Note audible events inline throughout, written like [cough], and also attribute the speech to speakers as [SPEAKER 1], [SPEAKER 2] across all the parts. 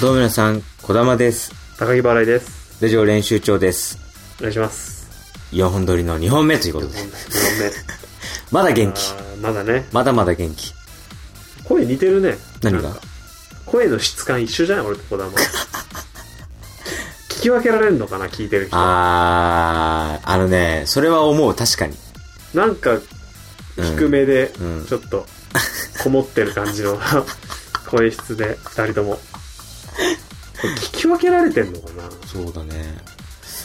[SPEAKER 1] 堂村さん、小玉です。
[SPEAKER 2] 高木払いです。
[SPEAKER 1] ラジオ練習長です。
[SPEAKER 2] お願いします。
[SPEAKER 1] 4本撮りの2本目ということで
[SPEAKER 2] 2。本
[SPEAKER 1] まだ
[SPEAKER 2] 目。
[SPEAKER 1] 元気。
[SPEAKER 2] あーまだね。
[SPEAKER 1] まだまだ元気。
[SPEAKER 2] 声似てるね。
[SPEAKER 1] 何
[SPEAKER 2] なん
[SPEAKER 1] が
[SPEAKER 2] か声の質感一緒じゃない俺と小玉。聞き分けられるのかな聞いてる人。
[SPEAKER 1] あー、あのね、それは思う、確かに。
[SPEAKER 2] なんか、
[SPEAKER 1] うん
[SPEAKER 2] 低めで
[SPEAKER 1] うん、
[SPEAKER 2] ちょっと、こもってる感じの [laughs] 声質で、二人とも。これ聞き分けられてんのかな
[SPEAKER 1] そうだね。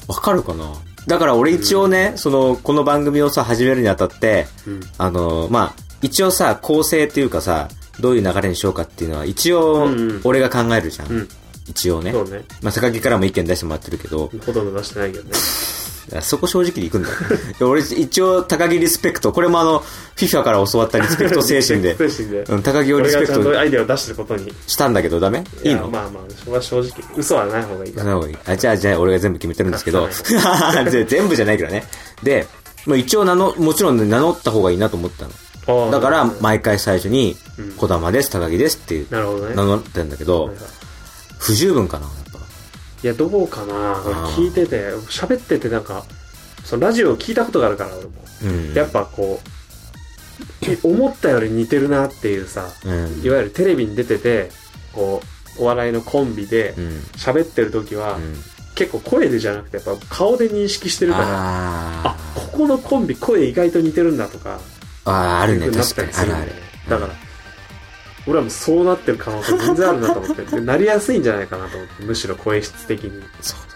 [SPEAKER 1] わかるかなだから俺一応ね、その、この番組をさ、始めるにあたって、
[SPEAKER 2] うん。
[SPEAKER 1] あの、まあ、一応さ、構成っていうかさ、どういう流れにしようかっていうのは、一応
[SPEAKER 2] うんうん、
[SPEAKER 1] 俺が考えるじゃん。
[SPEAKER 2] うん。
[SPEAKER 1] 一応ね。
[SPEAKER 2] そうね。
[SPEAKER 1] まあ、坂木からも意見出してもらってるけど、
[SPEAKER 2] ほとんど出してな
[SPEAKER 1] [laughs]
[SPEAKER 2] いけどね。
[SPEAKER 1] そこ正直に行くんだよ。 [laughs] で俺、一応、高木リスペクト。これもあの、FIFA から教わったリスペクト精神
[SPEAKER 2] [laughs]
[SPEAKER 1] で、
[SPEAKER 2] 精神で。
[SPEAKER 1] うん、高木をリ
[SPEAKER 2] 俺
[SPEAKER 1] スペク
[SPEAKER 2] がちゃんと
[SPEAKER 1] ト
[SPEAKER 2] アイデアを出してることに。
[SPEAKER 1] したんだけど、ダメいい
[SPEAKER 2] や
[SPEAKER 1] の
[SPEAKER 2] まあまあ、それは正直。嘘はない方がいいか
[SPEAKER 1] そ
[SPEAKER 2] ら。
[SPEAKER 1] の方がいいあじゃあ、じゃあ、俺が全部決めてるんですけど
[SPEAKER 2] あ。
[SPEAKER 1] [laughs] で全部じゃないけどね。で、まあ、一応名の、もちろんね名乗った方がいいなと思ったの。
[SPEAKER 2] ああ
[SPEAKER 1] だから、
[SPEAKER 2] な
[SPEAKER 1] 毎回最初に
[SPEAKER 2] うん、
[SPEAKER 1] 小玉です、高木ですっていう、
[SPEAKER 2] るほどね。
[SPEAKER 1] 名乗ってんだけど
[SPEAKER 2] はいは、い
[SPEAKER 1] 不十分かな、やっぱ。
[SPEAKER 2] いや、どうかな俺聞いてて、喋っててなんか、そのラジオを聞いたことがあるから、俺も。
[SPEAKER 1] うん。
[SPEAKER 2] やっぱこう、思ったより似てるなっていうさ、
[SPEAKER 1] うん。
[SPEAKER 2] いわゆるテレビに出てて、こう、お笑いのコンビで
[SPEAKER 1] う、ん。
[SPEAKER 2] 喋ってる時は、結構声でじゃなくて、やっぱ顔で認識して
[SPEAKER 1] うん。
[SPEAKER 2] るから、あ
[SPEAKER 1] あ、ー。
[SPEAKER 2] ここのコンビ声意外と似てるんだとか、
[SPEAKER 1] あー、ある
[SPEAKER 2] い
[SPEAKER 1] ね、
[SPEAKER 2] う風にな
[SPEAKER 1] 確か
[SPEAKER 2] ったり
[SPEAKER 1] に。
[SPEAKER 2] す
[SPEAKER 1] あ
[SPEAKER 2] る
[SPEAKER 1] るあ
[SPEAKER 2] んだよ
[SPEAKER 1] る
[SPEAKER 2] ね。だから、俺はもうそうなってる可能性全然あるな
[SPEAKER 1] [laughs]
[SPEAKER 2] と思って、でなりやすいんじゃないかなと思って、むしろ声質的に。
[SPEAKER 1] そうだ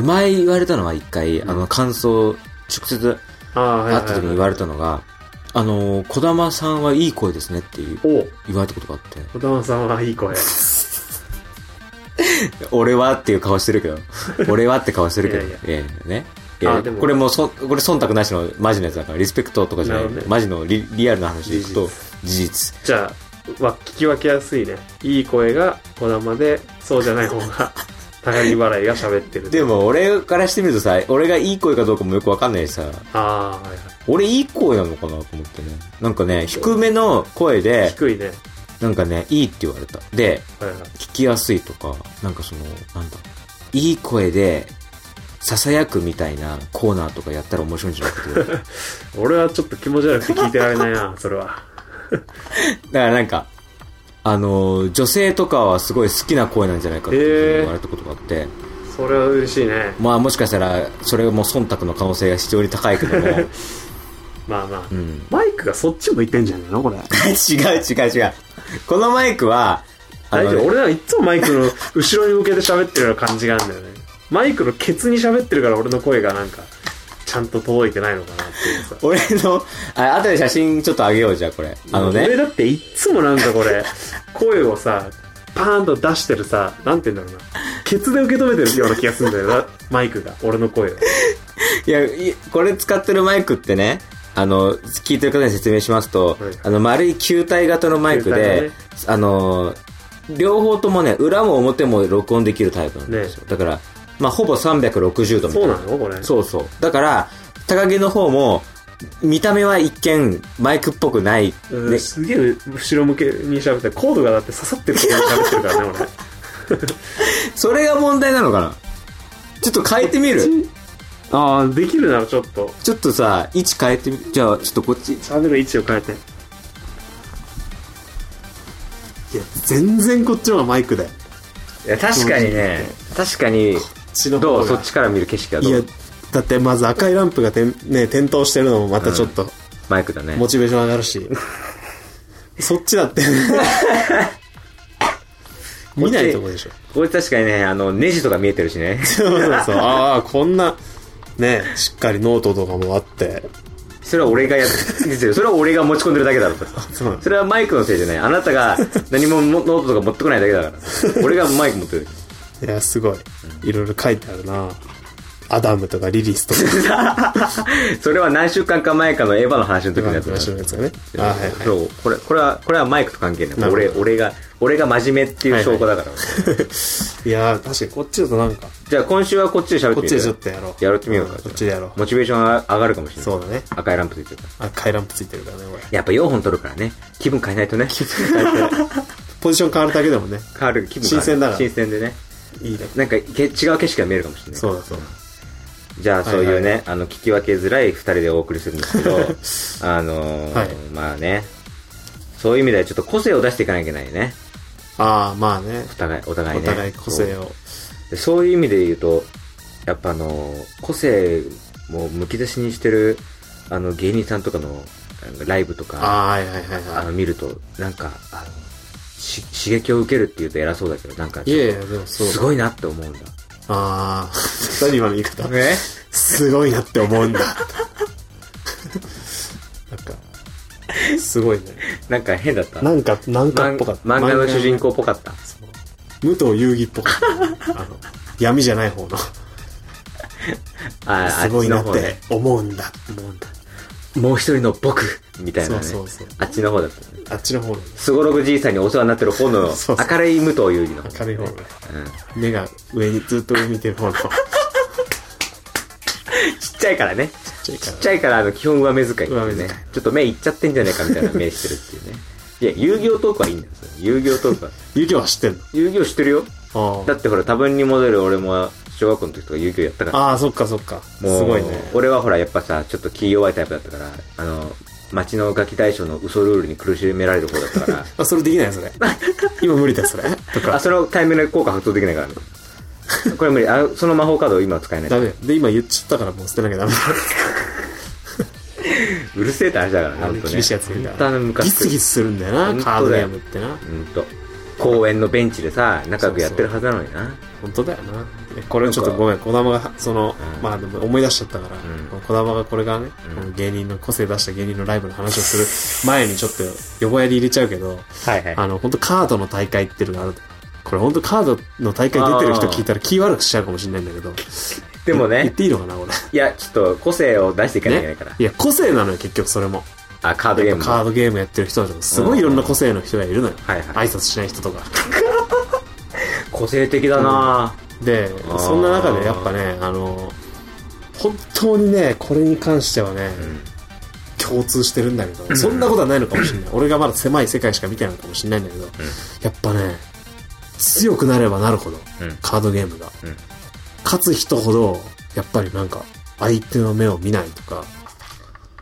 [SPEAKER 1] ね前言われたのは一回、
[SPEAKER 2] うん
[SPEAKER 1] あの、感想、直接
[SPEAKER 2] ああ、は
[SPEAKER 1] 会
[SPEAKER 2] いは
[SPEAKER 1] っ
[SPEAKER 2] い、
[SPEAKER 1] た時に言われたのが、あの、小玉さんはいい声ですねっていう
[SPEAKER 2] おう
[SPEAKER 1] 言われたことがあって、
[SPEAKER 2] 小玉さんはいい声。
[SPEAKER 1] 俺はっていう顔してるけど、 [laughs] 俺はって顔してるけど、
[SPEAKER 2] いや
[SPEAKER 1] いやいやね。いや
[SPEAKER 2] あでも
[SPEAKER 1] これもうそ、これ忖度なしのマジのやつだから、リスペクトとかじゃない、
[SPEAKER 2] なるほどね
[SPEAKER 1] マジのリリアルな話でいくと、事実。
[SPEAKER 2] じゃあ、わ聞き分けやすいね。いい声が小玉で、そうじゃない方が、高木払いが喋ってる。
[SPEAKER 1] で、も、俺からしてみるとさ、俺がいい声かどうかもよくわかんないしさ、
[SPEAKER 2] ああ、はいは
[SPEAKER 1] 俺いい声なのかなと思ってね。なんかね、低めの声
[SPEAKER 2] い。
[SPEAKER 1] で、
[SPEAKER 2] 低いね。
[SPEAKER 1] なんかね、いいって言われた。で、
[SPEAKER 2] はいはい。
[SPEAKER 1] 聞きやすいとか、なんかその、なんだ、いい声で、囁くみたいなコーナーとかやったら面白いんじゃない
[SPEAKER 2] [laughs]
[SPEAKER 1] かと思って。だか
[SPEAKER 2] 俺はちょっと気持ち悪くて聞いてられないな、それは。
[SPEAKER 1] らなんか、あのー女性とかはすごい好きな声なんじゃないかっていうふうに言われたことがあって、
[SPEAKER 2] それは嬉しいね。
[SPEAKER 1] まあもしかしたら、それも忖度の可能性が非常に高いけど
[SPEAKER 2] [laughs]
[SPEAKER 1] も、
[SPEAKER 2] まあまあ。
[SPEAKER 1] うん。 [laughs]
[SPEAKER 2] マイクがそっち向いてんじゃないのこれ。
[SPEAKER 1] 違う違う違う。このマイクは、あ
[SPEAKER 2] 大
[SPEAKER 1] の
[SPEAKER 2] 丈夫俺はいっつもマイクの後ろに向けて喋ってるような感じがあるんだよねマイクのケツに喋ってるから俺の声がなんかちゃんと届いてないのかなっていうさ
[SPEAKER 1] 俺の、あ、後で写真ちょっとあげようじゃあこれ。あの
[SPEAKER 2] 俺
[SPEAKER 1] ね、
[SPEAKER 2] だっていっつもなんかこれ声をさパーンと出してるさなんて言うんだろうなケツで受け止めてるような気がするんだよなマイクが俺の声を
[SPEAKER 1] いや、いこれ使ってるマイクってね、あの、聞いてる方に説明しますと、
[SPEAKER 2] はい
[SPEAKER 1] あの、丸い球体型のマイク
[SPEAKER 2] 球体
[SPEAKER 1] で、
[SPEAKER 2] のね
[SPEAKER 1] あの、両方ともね、裏も表も録音できるタイプなんですよ。だから、まあ、ほぼ360度みたい
[SPEAKER 2] そう
[SPEAKER 1] な。
[SPEAKER 2] なのこれ
[SPEAKER 1] そうそう。だから、高木の方も、見た目は一見、マイクっぽくない。
[SPEAKER 2] うん
[SPEAKER 1] ね
[SPEAKER 2] すげえ後ろ向けに喋ってコードがだって刺さってるところに喋ってるからね俺
[SPEAKER 1] それが問題なのかなちょっと変えてみる
[SPEAKER 2] ああできるならちょっと
[SPEAKER 1] ちょっとさ、位置変えてみる。じゃあ、ちょっとこっち。
[SPEAKER 2] 喋る位置を変えていや全然こっちの方がマイクだよこ
[SPEAKER 1] いや、確かにね、確かに、
[SPEAKER 2] っちの方
[SPEAKER 1] ど
[SPEAKER 2] が
[SPEAKER 1] うそっちから見る景色がど
[SPEAKER 3] いや
[SPEAKER 1] う、
[SPEAKER 3] だってまず赤いランプがてん、ね、点灯してるのもまたちょっと、
[SPEAKER 1] マイクだね。
[SPEAKER 3] モチベーション上がるし。 [laughs] そっちだって。 [laughs] 見ないとこでしょ。
[SPEAKER 1] これ確かにね、あの、ネジとか見えてるしね。
[SPEAKER 3] [laughs]
[SPEAKER 1] [laughs]
[SPEAKER 3] そうそうそう。ああ、こんな、ね、しっかりノートとかもあって。
[SPEAKER 1] それは俺がやってる。それは俺が持ち込んでるだけだろと。
[SPEAKER 3] [laughs] そう
[SPEAKER 1] それはマイクのせいじゃない。あなたが何ももノートとか持ってこないだけだか
[SPEAKER 3] [laughs]
[SPEAKER 1] ら。俺がマイク持ってる。
[SPEAKER 3] いや、すごい。いろいろ書いてあるな。アダムとかリリスとか、
[SPEAKER 1] それは何週間か前かのエヴァの話の時のやつだ
[SPEAKER 3] 昔のやつがね。ああ、はいはい。
[SPEAKER 1] そう、これ、これは、これはマイクと関係な。
[SPEAKER 3] ないるほど
[SPEAKER 1] 俺、俺が、俺が真面目っていう証拠だから。
[SPEAKER 3] いやー、確かにこっちだとなんか、
[SPEAKER 1] じゃあ今週はこっちで喋って
[SPEAKER 3] こっ
[SPEAKER 1] み
[SPEAKER 3] ちでちょ
[SPEAKER 1] る
[SPEAKER 3] っとやろう。
[SPEAKER 1] やろうってみようか。
[SPEAKER 3] んこっちでやろう。
[SPEAKER 1] モチベーションが上がるかもしれない。
[SPEAKER 3] そうだね。
[SPEAKER 1] 赤いランプついてるから。
[SPEAKER 3] 赤いランプついてるからね、これ。 [laughs]
[SPEAKER 1] やっぱ4本取るからね。気分変えないとね。
[SPEAKER 3] ポジション変わるだけでもね。
[SPEAKER 1] 変わる気分
[SPEAKER 3] 新鮮だな
[SPEAKER 1] 新鮮でね
[SPEAKER 3] いいね。
[SPEAKER 1] なんかけ違う景色が見えるかもしれない
[SPEAKER 3] そうだそうだ。
[SPEAKER 1] じゃあそういうね、
[SPEAKER 3] はいはい
[SPEAKER 1] あの聞き分けづらい2人でお送りするんです
[SPEAKER 3] [laughs]
[SPEAKER 1] けどあのー
[SPEAKER 3] はい
[SPEAKER 1] まあねそういう意味ではちょっと個性を出していかなきゃいけないよね
[SPEAKER 3] ああ、まあね
[SPEAKER 1] お。互いお互い
[SPEAKER 3] お
[SPEAKER 1] ね
[SPEAKER 3] 互い個性
[SPEAKER 1] そう
[SPEAKER 3] を。
[SPEAKER 1] でそういう意味で言うとやっぱあのー個性もむき出しにしてるあの芸人さんとかのあのライブとか
[SPEAKER 3] ああ、はいはいはい
[SPEAKER 1] あ
[SPEAKER 3] は
[SPEAKER 1] の見るとなんかあのし刺激を受けるっていうと偉そうだけどなんか
[SPEAKER 3] い。いやいや、でもそう。
[SPEAKER 1] すごいなって思うんだ
[SPEAKER 3] ああ、何今の言い方。
[SPEAKER 1] ね
[SPEAKER 3] すごいなって思うんだ。なんか、すごいね。
[SPEAKER 1] なんか変だった
[SPEAKER 3] なんか、なんか
[SPEAKER 1] 漫
[SPEAKER 3] っぽかった。
[SPEAKER 1] 漫画の主人公っぽかった
[SPEAKER 3] そう。武藤遊戯っぽかった。あの、闇じゃない方の。
[SPEAKER 1] ああ
[SPEAKER 3] すごいなっ
[SPEAKER 1] あっちの方ね
[SPEAKER 3] て思うんだ。
[SPEAKER 1] もうもう一人の僕みたいなね
[SPEAKER 3] そうそうそう
[SPEAKER 1] あっちの方だったね
[SPEAKER 3] あっちの方の、
[SPEAKER 1] すごろくじいさんにお世話になってる方の
[SPEAKER 3] そうそう
[SPEAKER 1] 明るい武藤優里の
[SPEAKER 3] 明るい方の、
[SPEAKER 1] うん
[SPEAKER 3] 目が上にずっと上見てる方の。ちっ
[SPEAKER 1] ちっちゃいからね
[SPEAKER 3] ちゃいか
[SPEAKER 1] ち
[SPEAKER 3] ら
[SPEAKER 1] っちゃいからあの基本上目遣いって
[SPEAKER 3] 上
[SPEAKER 1] い
[SPEAKER 3] 目
[SPEAKER 1] うね
[SPEAKER 3] 遣い
[SPEAKER 1] ちょっと目いっちゃってんじゃねえかみたいな目してるっていうねいや遊戯王トークはいいんだよそれ遊戯王トークは
[SPEAKER 3] 遊戯は知ってん
[SPEAKER 1] 遊戯王知って
[SPEAKER 3] [laughs]
[SPEAKER 1] るよ
[SPEAKER 3] の
[SPEAKER 1] だってほら多分に戻る俺も小学校の時とか遊戯王やったから
[SPEAKER 3] ああ、そっかそっか。す
[SPEAKER 1] もう
[SPEAKER 3] ごいね。
[SPEAKER 1] 俺はほらやっぱさちょっと気弱いタイプだったからあの町のガキ大将の嘘ルールに苦しめられる方だったから
[SPEAKER 3] あ、それできないよそ
[SPEAKER 1] [laughs]
[SPEAKER 3] れ。今無理だよそれ。と [laughs]
[SPEAKER 1] あ、
[SPEAKER 3] か。
[SPEAKER 1] そのタイミングで効果発動できないからね。これ無理。あその魔法カードを今は使えない。
[SPEAKER 3] ダメよで、今言っちゃったからもう捨てなきゃダメ
[SPEAKER 1] うるせえって話だからね、
[SPEAKER 3] だ。
[SPEAKER 1] ほんとね。
[SPEAKER 3] 厳しいやついるか
[SPEAKER 1] 本当あ
[SPEAKER 3] ら
[SPEAKER 1] の。昔
[SPEAKER 3] ギスギスするんだよ
[SPEAKER 1] 本当だ
[SPEAKER 3] な、
[SPEAKER 1] よ
[SPEAKER 3] カードゲームってな。
[SPEAKER 1] うんと。公園のベンチでさ、仲良くやってるはずなのにな。
[SPEAKER 3] 本当だよな。えこれちょっとごめん、小玉が、その、
[SPEAKER 1] うん
[SPEAKER 3] まあでも思い出しちゃったから、
[SPEAKER 1] ん
[SPEAKER 3] この小玉がこれがね、
[SPEAKER 1] うん
[SPEAKER 3] この芸人の、個性出した芸人のライブの話をする前にちょっと、予防やり入れちゃうけど、
[SPEAKER 1] はいはい。
[SPEAKER 3] あの、本当カードの大会っていうのがあると。これ本当カードの大会出てる人聞いたら気悪くしちゃうかもしれないんだけど。
[SPEAKER 1] でも
[SPEAKER 3] 言っ
[SPEAKER 1] ね、
[SPEAKER 3] ていいのかな、俺。
[SPEAKER 1] いや、ちょっと個性を出していかなきゃいけないから。
[SPEAKER 3] いや、個性なのよ、結局それも。
[SPEAKER 1] あ、カードゲーム。
[SPEAKER 3] カードゲームやってる人たちも、すごいいろんな個性の人がいるのよ。
[SPEAKER 1] はいはい。
[SPEAKER 3] 挨拶しない人とか。
[SPEAKER 1] 個性的だな
[SPEAKER 3] で、
[SPEAKER 1] あー
[SPEAKER 3] そんな中でやっぱね、あの、本当にね、これに関してはね、
[SPEAKER 1] ん
[SPEAKER 3] 共通してるんだけど、そんなことはないのかもしれない。俺がまだ狭い世界しか見てないのかもしれないんだけど、やっぱね、強くなればなるほど、
[SPEAKER 1] うん
[SPEAKER 3] カードゲームが。
[SPEAKER 1] うん
[SPEAKER 3] 勝つ人ほど、やっぱりなんか、相手の目を見ないとか、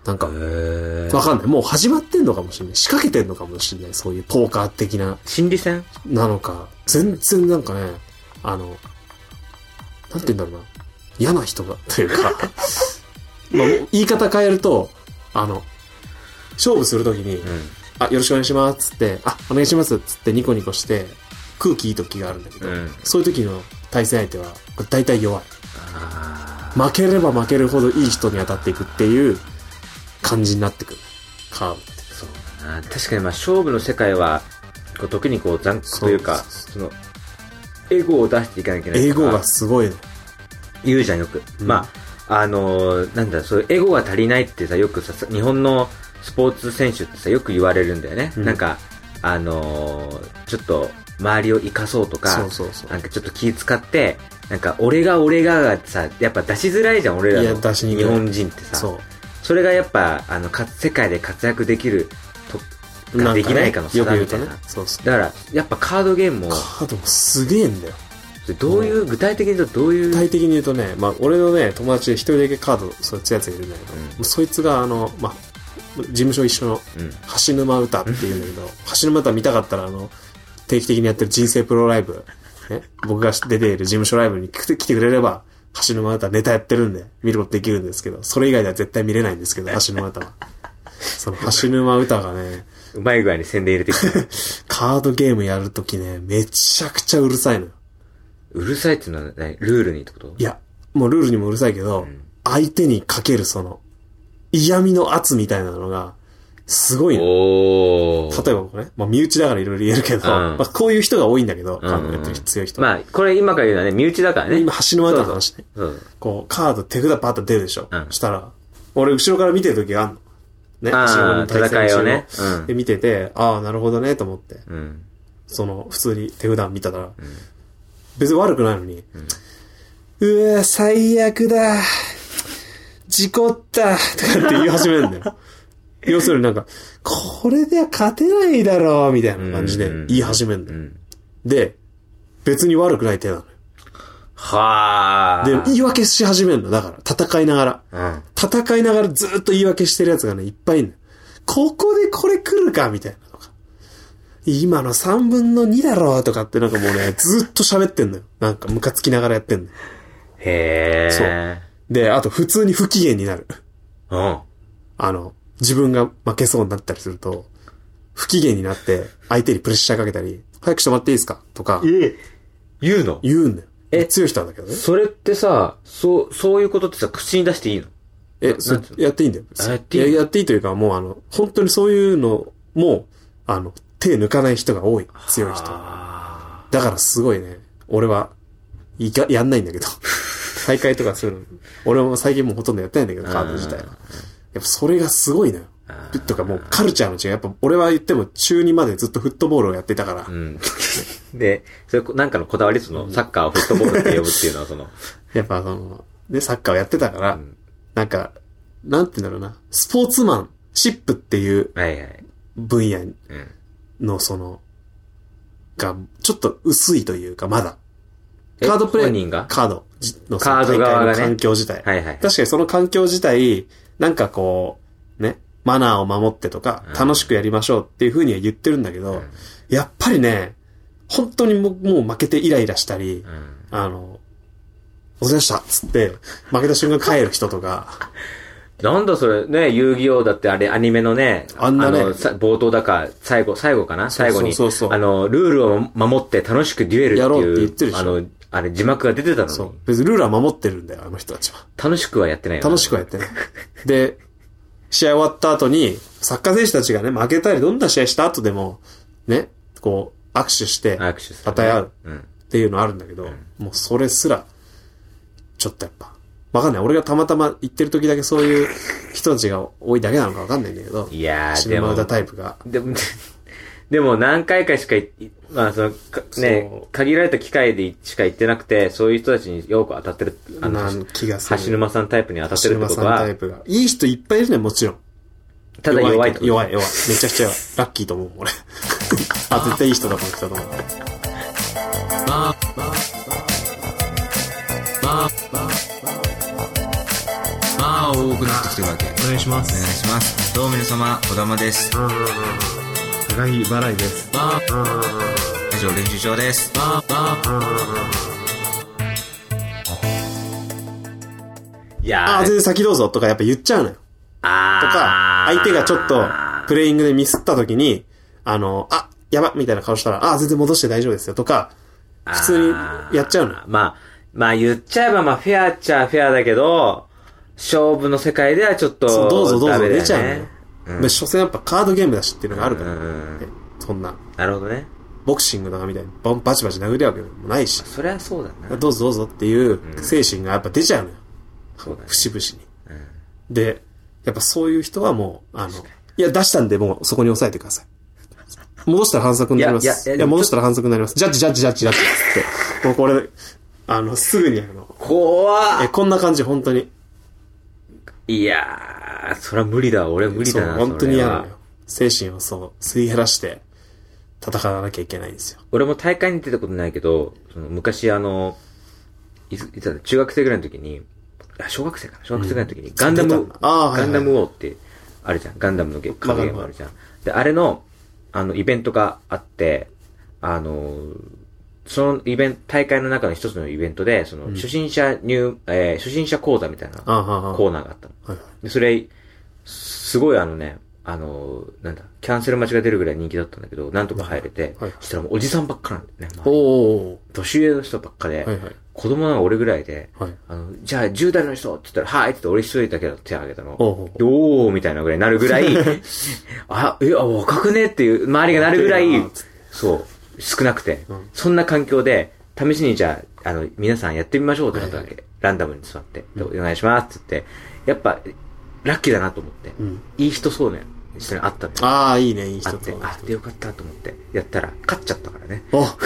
[SPEAKER 3] なんか、
[SPEAKER 1] へ
[SPEAKER 3] わかんない。もう始まってんのかもしれない。仕掛けてんのかもしれない。そういうポーカー的な、
[SPEAKER 1] 心理戦
[SPEAKER 3] なのか。全然なんかね、あの、なんて言うんだろうな。嫌な人が、というか、まあ、言い方変えると、あの、勝負するときに、
[SPEAKER 1] う
[SPEAKER 3] あ、よろしくお願いします、つって、あ、お願いします、つってニコニコして、空気いい時があるんだけど、
[SPEAKER 1] ん。うん。
[SPEAKER 3] そういう時の対戦相手は、これ大体弱い。
[SPEAKER 1] あ
[SPEAKER 3] 負ければ負けるほどいい人に当たっていくっていう感じになってくる。カーブ。
[SPEAKER 1] ーそうだな確かにまあ勝負の世界は、こう時にこう残酷というか、その、エゴを出していかなきゃいけない
[SPEAKER 3] 英
[SPEAKER 1] から。
[SPEAKER 3] 語がすごいの。
[SPEAKER 1] 言うじゃんよく、
[SPEAKER 3] うん
[SPEAKER 1] まああのーなんだそうエゴが足りないってさよくさ日本のスポーツ選手ってさよく言われるんだよね、
[SPEAKER 3] うん
[SPEAKER 1] なんかあのーちょっと周りを生かそうとか
[SPEAKER 3] そうそうそう
[SPEAKER 1] なんかちょっと気使ってなんか俺が俺ががさやっぱ出しづらいじゃん俺ら
[SPEAKER 3] いや
[SPEAKER 1] の
[SPEAKER 3] 出しにくい
[SPEAKER 1] 日本人ってさ
[SPEAKER 3] そ
[SPEAKER 1] それがやっぱあのか世界で活躍できると
[SPEAKER 3] う。
[SPEAKER 1] か
[SPEAKER 3] んね
[SPEAKER 1] できないかの差
[SPEAKER 3] よく
[SPEAKER 1] だ
[SPEAKER 3] 言う
[SPEAKER 1] みた
[SPEAKER 3] と
[SPEAKER 1] いな
[SPEAKER 3] ね。そうそう。
[SPEAKER 1] だからやっぱカードゲームも
[SPEAKER 3] カードもすげえんだよ。
[SPEAKER 1] どういう具体的に言うとどういう
[SPEAKER 3] 具体的に言うとね、まあ、俺のね、友達で一人だけカード、そういうやつがいるんだけど、
[SPEAKER 1] うん
[SPEAKER 3] もうそいつが、あの、まあ、事務所一緒の
[SPEAKER 1] うん
[SPEAKER 3] 橋沼歌っていうんだけど、橋沼歌見たかったら、あの、定期的にやってる人生プロライブ、ね、僕が出ている事務所ライブに来て来てくれれば、橋沼歌ネタやってるんで、見ることできるんですけど、それ以外では絶対見れないんですけど、橋
[SPEAKER 1] [laughs]
[SPEAKER 3] 沼歌は。その橋沼歌がね、
[SPEAKER 1] うまい具合に宣伝入れてきて
[SPEAKER 3] [laughs] カードゲームやるときね、めちゃくちゃうるさいのよ。
[SPEAKER 1] うるさいっていうのは何ルールにってこと
[SPEAKER 3] いや、もうルールにもうるさいけど、相手にかけるその、嫌味の圧みたいなのが、すごいの。
[SPEAKER 1] おー。
[SPEAKER 3] 例えばこれね、まあ身内だからいろいろ言えるけど、
[SPEAKER 1] うん
[SPEAKER 3] まあこういう人が多いんだけど、カードやってる人強い人。
[SPEAKER 1] まあ、これ今から言うのはね、身内だからね。
[SPEAKER 3] 今、橋の上だった話ね。
[SPEAKER 1] そう。
[SPEAKER 3] こう、カード手札パッと出るでしょ。
[SPEAKER 1] うん
[SPEAKER 3] したら、俺後ろから見てる時があんの。ね、
[SPEAKER 1] あー
[SPEAKER 3] 後ろの対
[SPEAKER 1] 戦
[SPEAKER 3] 戦
[SPEAKER 1] いをね
[SPEAKER 3] 後ろ
[SPEAKER 1] うん
[SPEAKER 3] で見てて、ああ、なるほどね、と思って。
[SPEAKER 1] うん。
[SPEAKER 3] その、普通に手札見たら、別に悪くないのに、う
[SPEAKER 1] [laughs]
[SPEAKER 3] わ、最悪だ。事故った。とかって言い始めるんだよ。要するになんか、これでは勝てないだろう、みたいな感じで
[SPEAKER 1] うん
[SPEAKER 3] 言い始めるん
[SPEAKER 1] う
[SPEAKER 3] だよ。
[SPEAKER 1] ん。
[SPEAKER 3] で、別に悪くない手なの
[SPEAKER 1] はあ。
[SPEAKER 3] よ。で、言い訳し始めるの。だから、戦いながら。
[SPEAKER 1] うん。
[SPEAKER 3] 戦いながらずーっと言い訳してるやつがね、いっぱいいるのよ。ここでこれ来るかみたいなのが。今の3分の2だろうとかってなんかもうね、ずーっと喋ってんのよ。なんかムカつきながらやってんのよ。
[SPEAKER 1] へえ。そう。
[SPEAKER 3] で、あと普通に不機嫌になる。
[SPEAKER 1] うん。
[SPEAKER 3] あの、自分が負けそうになったりすると、不機嫌になって相手にプレッシャーかけたり、早くしてもらっていいですかとか
[SPEAKER 1] え言うの
[SPEAKER 3] 言うんだよ。
[SPEAKER 1] え
[SPEAKER 3] 強い人なんだけどね。
[SPEAKER 1] それってさ、そう、そういうことってさ、口に出していいの
[SPEAKER 3] え、そ
[SPEAKER 1] なん
[SPEAKER 3] れ
[SPEAKER 1] ていう
[SPEAKER 3] やっていいんだよ。
[SPEAKER 1] あやっていいの
[SPEAKER 3] ややっていいというか、もうあの、本当にそういうのも、あの、手抜かない人が多い。強い人。だ
[SPEAKER 1] あ
[SPEAKER 3] からすごいね、俺は、いか、やんないん
[SPEAKER 1] [laughs]
[SPEAKER 3] だけど。大会とかそういうの。俺も最近もうほとんどやってないんだけど、カード自体は。やっぱそれがすごいのよ。
[SPEAKER 1] ー
[SPEAKER 3] とかもうカルチャーの違い。やっぱ俺は言っても中2までずっとフットボールをやってたから
[SPEAKER 1] あ。う、ん。 [laughs] で、それ、なんかのこだわりその、サッカーをフットボールって呼ぶっていうのはそ
[SPEAKER 3] [laughs]
[SPEAKER 1] の、
[SPEAKER 3] やっぱその、で、サッカーをやってたから、
[SPEAKER 1] ん
[SPEAKER 3] なんか、なんて言うんだろうな、スポーツマン、シップっていう
[SPEAKER 1] はいはい。
[SPEAKER 3] 分野
[SPEAKER 1] うん。
[SPEAKER 3] のその、が、ちょっと薄いというか、まだ。
[SPEAKER 1] え
[SPEAKER 3] カードプレイ
[SPEAKER 1] 本人が
[SPEAKER 3] カードのそ
[SPEAKER 1] カ
[SPEAKER 3] の
[SPEAKER 1] ード
[SPEAKER 3] 大
[SPEAKER 1] 側が
[SPEAKER 3] 会
[SPEAKER 1] ね
[SPEAKER 3] の環境自体。
[SPEAKER 1] はいはい。
[SPEAKER 3] 確かにその環境自体、なんかこう、ね、マナーを守ってとか
[SPEAKER 1] うん、
[SPEAKER 3] 楽しくやりましょうっていう風には言ってるんだけど、
[SPEAKER 1] うん
[SPEAKER 3] やっぱりね、本当にもうもう負けてイライラしたり、
[SPEAKER 1] うん。
[SPEAKER 3] あの、お疲れ様でしたっつって、負けた瞬間帰る人とか、
[SPEAKER 1] なんだそれ、ね、遊戯王だってあれ、アニメのね、
[SPEAKER 3] あんなね
[SPEAKER 1] の、さ冒頭だか、最後、最後かな
[SPEAKER 3] そう
[SPEAKER 1] 最後に、
[SPEAKER 3] そうそうそう
[SPEAKER 1] あの、ルールを守って楽しくデュエルっていう、
[SPEAKER 3] やろうって言ってるでしょ
[SPEAKER 1] あの、あれ、字幕が出てたの
[SPEAKER 3] そう
[SPEAKER 1] に、。
[SPEAKER 3] 別にルールは守ってるんだよ、あの人たちは。
[SPEAKER 1] 楽しくはやってないよね
[SPEAKER 3] 楽しくはやってない。で、試合終わった後に、サッカー選手たちがね、負けたり、どんな試合した後でも、ね、こう、握手して、
[SPEAKER 1] 握手する、ね。
[SPEAKER 3] 与え合う
[SPEAKER 1] うん。
[SPEAKER 3] っていうのあるんだけど、もうそれすら、ちょっとやっぱ、わかんない。俺がたまたま行ってる時だけそういう人たちが多いだけなのかわかんないんだけど、
[SPEAKER 1] いやー、
[SPEAKER 3] シ
[SPEAKER 1] で
[SPEAKER 3] ネマ
[SPEAKER 1] も
[SPEAKER 3] ウ、ダタイプが。
[SPEAKER 1] でも、 [laughs] でも何回かしかい、まあその、かね
[SPEAKER 3] そう、
[SPEAKER 1] 限られた機会でしか行ってなくて、そういう人たちによく当たってる、あの、
[SPEAKER 3] な
[SPEAKER 1] 橋
[SPEAKER 3] 気がする。
[SPEAKER 1] 沼さんタイプに当たってるってこと
[SPEAKER 3] 橋沼さんタイ
[SPEAKER 1] は、
[SPEAKER 3] プが。いい人いっぱいいるね、もちろん。
[SPEAKER 1] ただ弱い
[SPEAKER 3] け
[SPEAKER 1] と
[SPEAKER 3] ど弱い、弱い。めちゃくちゃ弱い。ラッキーと思う、
[SPEAKER 1] [laughs]
[SPEAKER 3] 俺。あ、絶対いい人だと思ってたと思う。
[SPEAKER 4] まあ多くなってきてるわけお願いしますお願いしますどうも皆様小玉です高木払いです以上練習場です
[SPEAKER 1] いや
[SPEAKER 3] あ、
[SPEAKER 1] ー
[SPEAKER 3] 全、然先どうぞとかやっぱ言っちゃうのよ。
[SPEAKER 1] あ
[SPEAKER 3] とか、相手がちょっと、プレイングでミスった時に、あの、あ、やばみたいな顔したら、あ、全然戻して大丈夫ですよとか、普通にやっちゃうのよ。
[SPEAKER 1] まあ、まあ言っちゃえばまあフェアっちゃフェアだけど、勝負の世界ではちょっと、
[SPEAKER 3] そうどうぞどう
[SPEAKER 1] ダ
[SPEAKER 3] ぞ
[SPEAKER 1] メだよ
[SPEAKER 3] 出ちゃうのよ。で、所詮やっぱカードゲームだしっていうのがあるから、
[SPEAKER 1] うんうん
[SPEAKER 3] ねそんな、
[SPEAKER 1] なるほどね。
[SPEAKER 3] ボクシングだなみたいにバンバチバチ殴り合うわけでもないし、
[SPEAKER 1] そりゃそうだな。
[SPEAKER 3] どうぞどうぞっていう精神がやっぱ出ちゃうのよ。
[SPEAKER 1] そうだね。
[SPEAKER 3] 節々に。で、やっぱそういう人はもう、あの、いや、出したんで、もうそこに押さえて
[SPEAKER 1] [laughs]
[SPEAKER 3] ください。戻したら反則になりま
[SPEAKER 1] いやい
[SPEAKER 3] す。
[SPEAKER 1] やいや
[SPEAKER 3] いや、戻したら反則になります。ジャッジ、ジャッジ、ジャッジ、ジャッジって。
[SPEAKER 1] [laughs]
[SPEAKER 3] もうこれ、あの、すぐにあの、
[SPEAKER 1] 怖
[SPEAKER 3] え、
[SPEAKER 1] っ
[SPEAKER 3] こんな感じ、本当に。
[SPEAKER 1] いやー、そりゃ無理だわ。俺無理
[SPEAKER 3] そう
[SPEAKER 1] だな。
[SPEAKER 3] 本当に嫌
[SPEAKER 1] それ
[SPEAKER 3] な
[SPEAKER 1] は
[SPEAKER 3] のよ。精神をそう、すり減らして、戦わなきゃいけないんですよ。
[SPEAKER 1] 俺も大会に出たことないけど、その昔あの、いつ、いつだった中学生ぐらいの時に、あ、小学生かな小学生ぐらいの時に、ガンダ
[SPEAKER 3] 出たん
[SPEAKER 1] ム
[SPEAKER 3] だ、あーはい
[SPEAKER 1] ガ
[SPEAKER 3] はい
[SPEAKER 1] ンダム王って、あるじゃん。ガンダムのゲカードゲームあるじゃん。で、あれの、あの、イベントがあって、あの、そのイベント、大会の中の一つのイベントで、その、初心者入、えー初心者講座みたいな
[SPEAKER 3] ああ、ああ、ああ。
[SPEAKER 1] コーナーがあったの。
[SPEAKER 3] はいはい
[SPEAKER 1] で、それ、すごいあのね、あの、なんだ、キャンセル待ちが出るぐらい人気だったんだけど、なんとか入れて、
[SPEAKER 3] はい
[SPEAKER 1] そしたらもうおじさんばっかなんだよね。まあ
[SPEAKER 3] おー。
[SPEAKER 1] 年上の人ばっかで、
[SPEAKER 3] はいはい
[SPEAKER 1] 子供が俺ぐらいで、
[SPEAKER 3] はい
[SPEAKER 1] あの、じゃあ10代の人って言ったら、はいって言って俺一人だけど手を挙げたの。
[SPEAKER 3] おうおう
[SPEAKER 1] でおーみたいなぐらいになるぐ
[SPEAKER 3] [laughs]
[SPEAKER 1] らい、あ、え、あ、若くねっていう、周りがなるぐらい
[SPEAKER 3] 若いなーっつっ、
[SPEAKER 1] そう、少なくて、そんな環境で、試しにじゃあ、あの、皆さんやってみましょうってなったわけ。ランダムに座って、でお願いしますって言って、やっぱ、ラッキーだなと思って、いい人そうね、人に会ったのよ
[SPEAKER 3] ああ、いいね、いい
[SPEAKER 1] あ
[SPEAKER 3] 人
[SPEAKER 1] って
[SPEAKER 3] と。、
[SPEAKER 1] あってよかったと思って、やったら、勝っちゃったから
[SPEAKER 3] [laughs]
[SPEAKER 1] ね。
[SPEAKER 3] お、
[SPEAKER 1] あ、